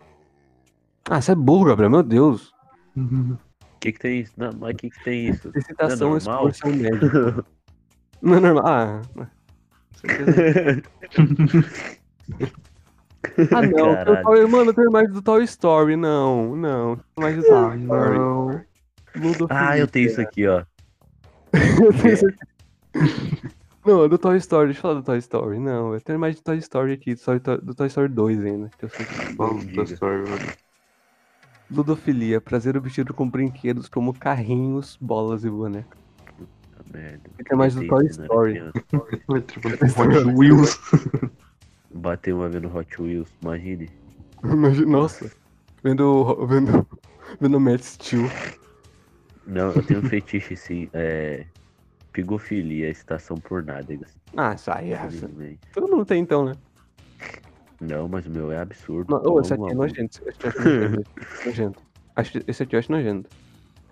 Speaker 1: Ah, você é burro, Gabriel, meu Deus.
Speaker 2: O que, que tem isso? Não, mas o que, que tem isso?
Speaker 1: Excitação
Speaker 2: Não
Speaker 1: é
Speaker 2: é normal?
Speaker 1: exposição média. Não é normal. Ah, com certeza. ah não,
Speaker 2: Caralho.
Speaker 1: tem o Toy- mano, tem mais do Toy Story. Não, não. Tem mais do Toy
Speaker 3: Ai,
Speaker 1: Story.
Speaker 3: não.
Speaker 1: Ludofilia.
Speaker 2: ah, eu tenho isso aqui, ó.
Speaker 1: Não, é do Toy Story, deixa eu falar do Toy Story. Não, eu tenho mais de Toy Story aqui, só do Toy- do Toy Story 2 ainda. que eu sei que-
Speaker 3: Fala da
Speaker 2: Diga.
Speaker 3: história, mano.
Speaker 1: Ludofilia, prazer obtido com brinquedos como carrinhos, bolas e bonecas.
Speaker 2: Tá merda.
Speaker 1: Fica mais do
Speaker 2: Eu
Speaker 1: Toy
Speaker 2: tenho isso, né,
Speaker 1: Story.
Speaker 2: criança?
Speaker 3: Vai trabalhar com Hot Wheels.
Speaker 2: Bateu uma vez no Hot Wheels, imagine.
Speaker 1: Imagina- Nossa, vendo, vendo, vendo Matt Steel.
Speaker 2: Não, eu tenho um fetiche sim, é. Pigofilia, excitação por nada,
Speaker 1: Ah, isso aí, é.
Speaker 2: infelizmente.
Speaker 1: Todo mundo tem então, né?
Speaker 2: Não, mas o meu é absurdo.
Speaker 1: Não, ô, esse
Speaker 2: Vamos
Speaker 1: aqui é
Speaker 2: lá,
Speaker 1: nojento. Esse aqui eu acho nojento. nojento. Acho- Esse aqui eu acho nojento.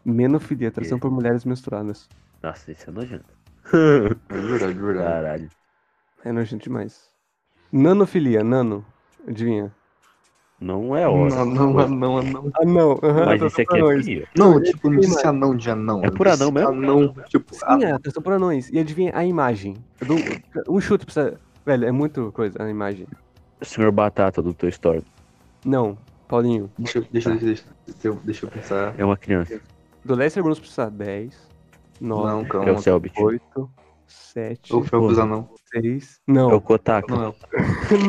Speaker 1: Menofilia,
Speaker 2: É.
Speaker 1: atração por mulheres menstruadas.
Speaker 2: vamos- Nossa, isso é nojento.
Speaker 3: É verdade, é verdade.
Speaker 2: Caralho.
Speaker 1: É nojento demais. Nanofilia, nano. Adivinha?
Speaker 2: Não é hora.
Speaker 3: Não, não, anão, anão.
Speaker 1: Ah, não. aham,
Speaker 2: Mas
Speaker 1: atração
Speaker 2: isso aqui
Speaker 1: por
Speaker 2: é
Speaker 1: anões.
Speaker 2: pior.
Speaker 3: Não, tipo, não disse anão de anão.
Speaker 2: É
Speaker 3: eu
Speaker 2: por
Speaker 3: disse
Speaker 2: anão mesmo?
Speaker 3: Anão, tipo,
Speaker 1: Sim, é atração por anões. E adivinha a imagem. Eu dou um- um chute pra você. Velho, é muito coisa a imagem.
Speaker 2: Senhor Batata do Toy Story.
Speaker 1: Não, Paulinho.
Speaker 3: Deixa, eu- deixa, eu- deixa, eu- deixa, eu- deixa eu pensar.
Speaker 2: É uma criança.
Speaker 1: Do Lester Brunos precisa 10, 9,
Speaker 3: Não, calma.
Speaker 2: É o Selbit.
Speaker 1: 8, 7,
Speaker 3: O Felps anão.
Speaker 1: 6.
Speaker 2: É o
Speaker 1: Não,
Speaker 2: Kotaka.
Speaker 3: Não,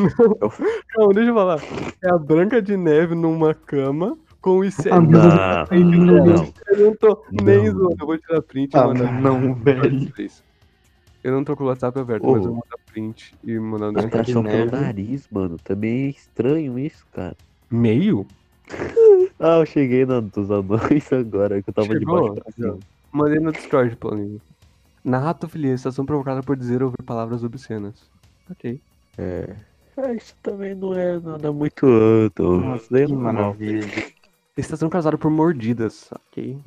Speaker 1: não, deixa eu falar. É a Branca de Neve numa cama com os sete.
Speaker 3: Ah, não.
Speaker 2: Não,
Speaker 3: não.
Speaker 2: não.
Speaker 1: Eu não tô nem
Speaker 2: Não.
Speaker 1: zoando, eu vou tirar print e
Speaker 3: Ah,
Speaker 1: mandar
Speaker 3: não, velho. Oh.
Speaker 1: pra vocês. Eu não tô com o WhatsApp aberto,
Speaker 2: Ô.
Speaker 1: mas eu vou mandar print e mandar no
Speaker 3: tá de
Speaker 2: Atração pelo
Speaker 3: neve.
Speaker 2: nariz, mano. Também é estranho isso, cara.
Speaker 1: Meio?
Speaker 2: Ah, eu cheguei na dos anões agora, que eu tava
Speaker 1: Chegou?
Speaker 2: de baixo pra cima.
Speaker 1: Mandei no Discord, Paulinho. Narratofilia, estação provocada por dizer ou ouvir palavras obscenas. Ok.
Speaker 2: É. isso também não é nada muito alto. Isso daí é
Speaker 3: Que
Speaker 2: normal.
Speaker 3: maravilha.
Speaker 1: Estação causada por mordidas. Ok.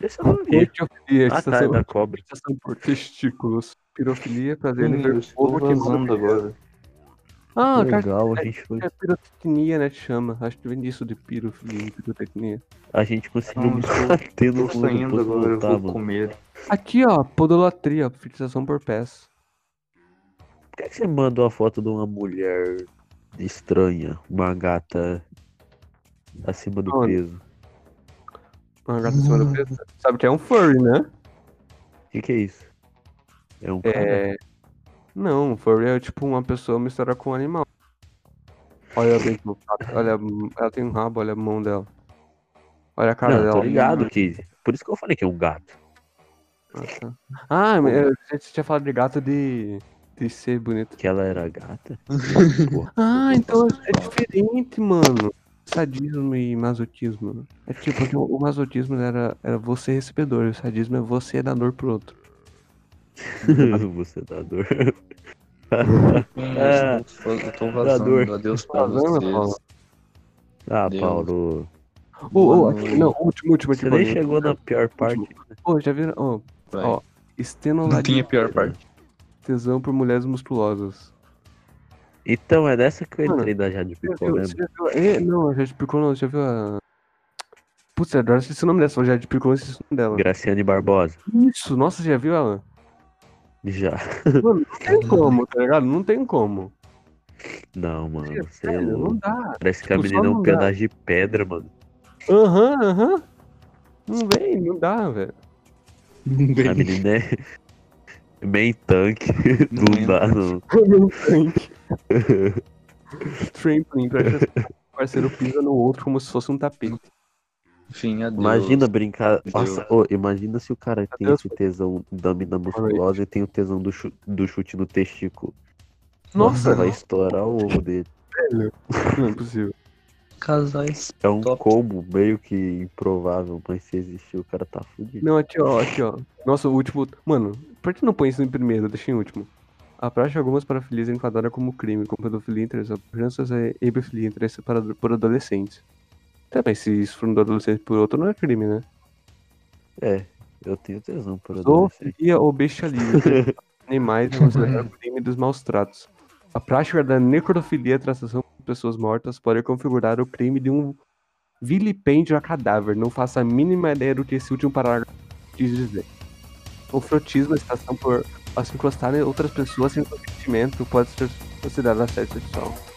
Speaker 2: Esse eu não vi.
Speaker 1: Coitofilia,
Speaker 2: é Ah, tá, é
Speaker 1: estação,
Speaker 2: da cobra.
Speaker 1: estação por testículos. Pirofilia, prazer em
Speaker 3: Hum, Eu
Speaker 1: ver
Speaker 3: estou
Speaker 1: fogo que
Speaker 3: vazando agora.
Speaker 1: Ah, cara,
Speaker 2: Legal, a gente, foi-
Speaker 1: é pirotecnia, né? Que chama. Acho que vem disso de pirofilia e pirotecnia.
Speaker 2: a gente conseguiu
Speaker 3: Não, eu estou-
Speaker 2: bater no
Speaker 3: Estou
Speaker 2: fundo,
Speaker 3: saindo
Speaker 2: depois
Speaker 3: agora, eu
Speaker 2: voltar,
Speaker 3: vou
Speaker 2: mano.
Speaker 3: comer.
Speaker 1: Aqui, ó, podolatria, fixação por pés.
Speaker 2: Por que, que você mandou a foto de uma mulher estranha? Uma gata acima do
Speaker 1: Mano.
Speaker 2: peso.
Speaker 1: Uma gata acima
Speaker 2: Ah.
Speaker 1: do peso. Sabe que é um furry, né?
Speaker 2: O que, que é isso? É um cara?
Speaker 1: É. Não, um furry é tipo uma pessoa misturada com um animal. Olha bem como tá- olha, ela tem um rabo, olha a mão dela. Olha a cara é um
Speaker 2: não, tô
Speaker 1: dela.
Speaker 2: ligado, Kizzy. Por isso que eu falei que é um gato.
Speaker 1: Ah, tá. Ah, mas eu- você tinha falado de gato de, de ser bonito.
Speaker 2: Que ela era gata. Porra.
Speaker 1: Ah, então é diferente, mano. Sadismo e masoquismo. É tipo, porque o o masoquismo era, era você recebedor, e o sadismo é você dar dor pro outro.
Speaker 2: Você tá dá dor.
Speaker 3: Eu estou- eu estou vazando.
Speaker 2: dor.
Speaker 3: É. Adeus tá pra
Speaker 1: Vazando, Paulo.
Speaker 3: vocês.
Speaker 2: Ah,
Speaker 3: Deus.
Speaker 2: Paulo.
Speaker 1: Ô, ô,
Speaker 3: Boa
Speaker 1: aqui,
Speaker 3: noite.
Speaker 1: não, último, último aqui.
Speaker 2: Você nem
Speaker 1: Paulinho.
Speaker 2: chegou na pior parte.
Speaker 1: Ô, já viram? Ô,
Speaker 3: Vai.
Speaker 1: ó,
Speaker 3: Não
Speaker 1: estenolalia,
Speaker 3: tinha pior parte.
Speaker 1: tesão por mulheres musculosas.
Speaker 2: Então, é nessa que eu
Speaker 1: Mano,
Speaker 2: entrei da Jade
Speaker 1: Você já
Speaker 2: Picol,
Speaker 1: viu?
Speaker 2: né?
Speaker 1: Você já viu? É, não, a Jade Picon não, você já viu a... Putz, eu adoro esqueci o nome dessa, a Jade Picon, esqueci o nome dela.
Speaker 2: Graciane Barbosa.
Speaker 1: Isso, nossa, você já viu ela?
Speaker 2: Já.
Speaker 1: Mano, não tem como, tá ligado? Não tem como.
Speaker 2: Não, mano. Você é
Speaker 1: Velho, não
Speaker 2: louco.
Speaker 1: dá.
Speaker 2: Parece que a
Speaker 1: Tipo, só
Speaker 2: menina é um
Speaker 1: não dá.
Speaker 2: pedaço de pedra, mano.
Speaker 1: Aham, aham. Não vem, não dá, velho.
Speaker 2: A menina é. Main tanque.
Speaker 3: Não
Speaker 2: Não dá, não.
Speaker 1: Trampling, parece que o parceiro pisa no outro como se fosse um tapete.
Speaker 3: Enfim, adeus.
Speaker 2: Imagina brincar.
Speaker 3: Deus.
Speaker 2: Nossa, ô, imagina se o cara tem
Speaker 1: Adeus.
Speaker 2: esse tesão da mina musculosa e tem o tesão do, chu- do chute no testículo.
Speaker 1: Nossa,
Speaker 2: Vai estourar o ovo dele.
Speaker 1: não é possível.
Speaker 3: Casais.
Speaker 2: É um
Speaker 3: Top.
Speaker 2: combo meio que improvável, mas se existir, o cara tá fudido.
Speaker 1: Não, aqui ó, aqui ó. Nossa, o último. Mano, por que não põe isso em primeiro? Deixa em último. A prática de algumas parafilias é enquadrada como crime, como pedofilia entre as crianças e hebefilia entre as para, por adolescentes. Tá, mas se isso for um do adolescente por outro, não é crime, né?
Speaker 2: É, eu tenho tesão por adolescente.
Speaker 1: Zoofilia ou bestialismo. Animais é considerado crime dos maus tratos. A prática da necrofilia, tratação de pessoas mortas, pode configurar o crime de um vilipêndio a cadáver. Não faço a mínima ideia do que esse último parágrafo diz dizer. O frotismo, a assim excitação por ao se encostarem outras pessoas sem consentimento, pode ser considerado assédio sexual.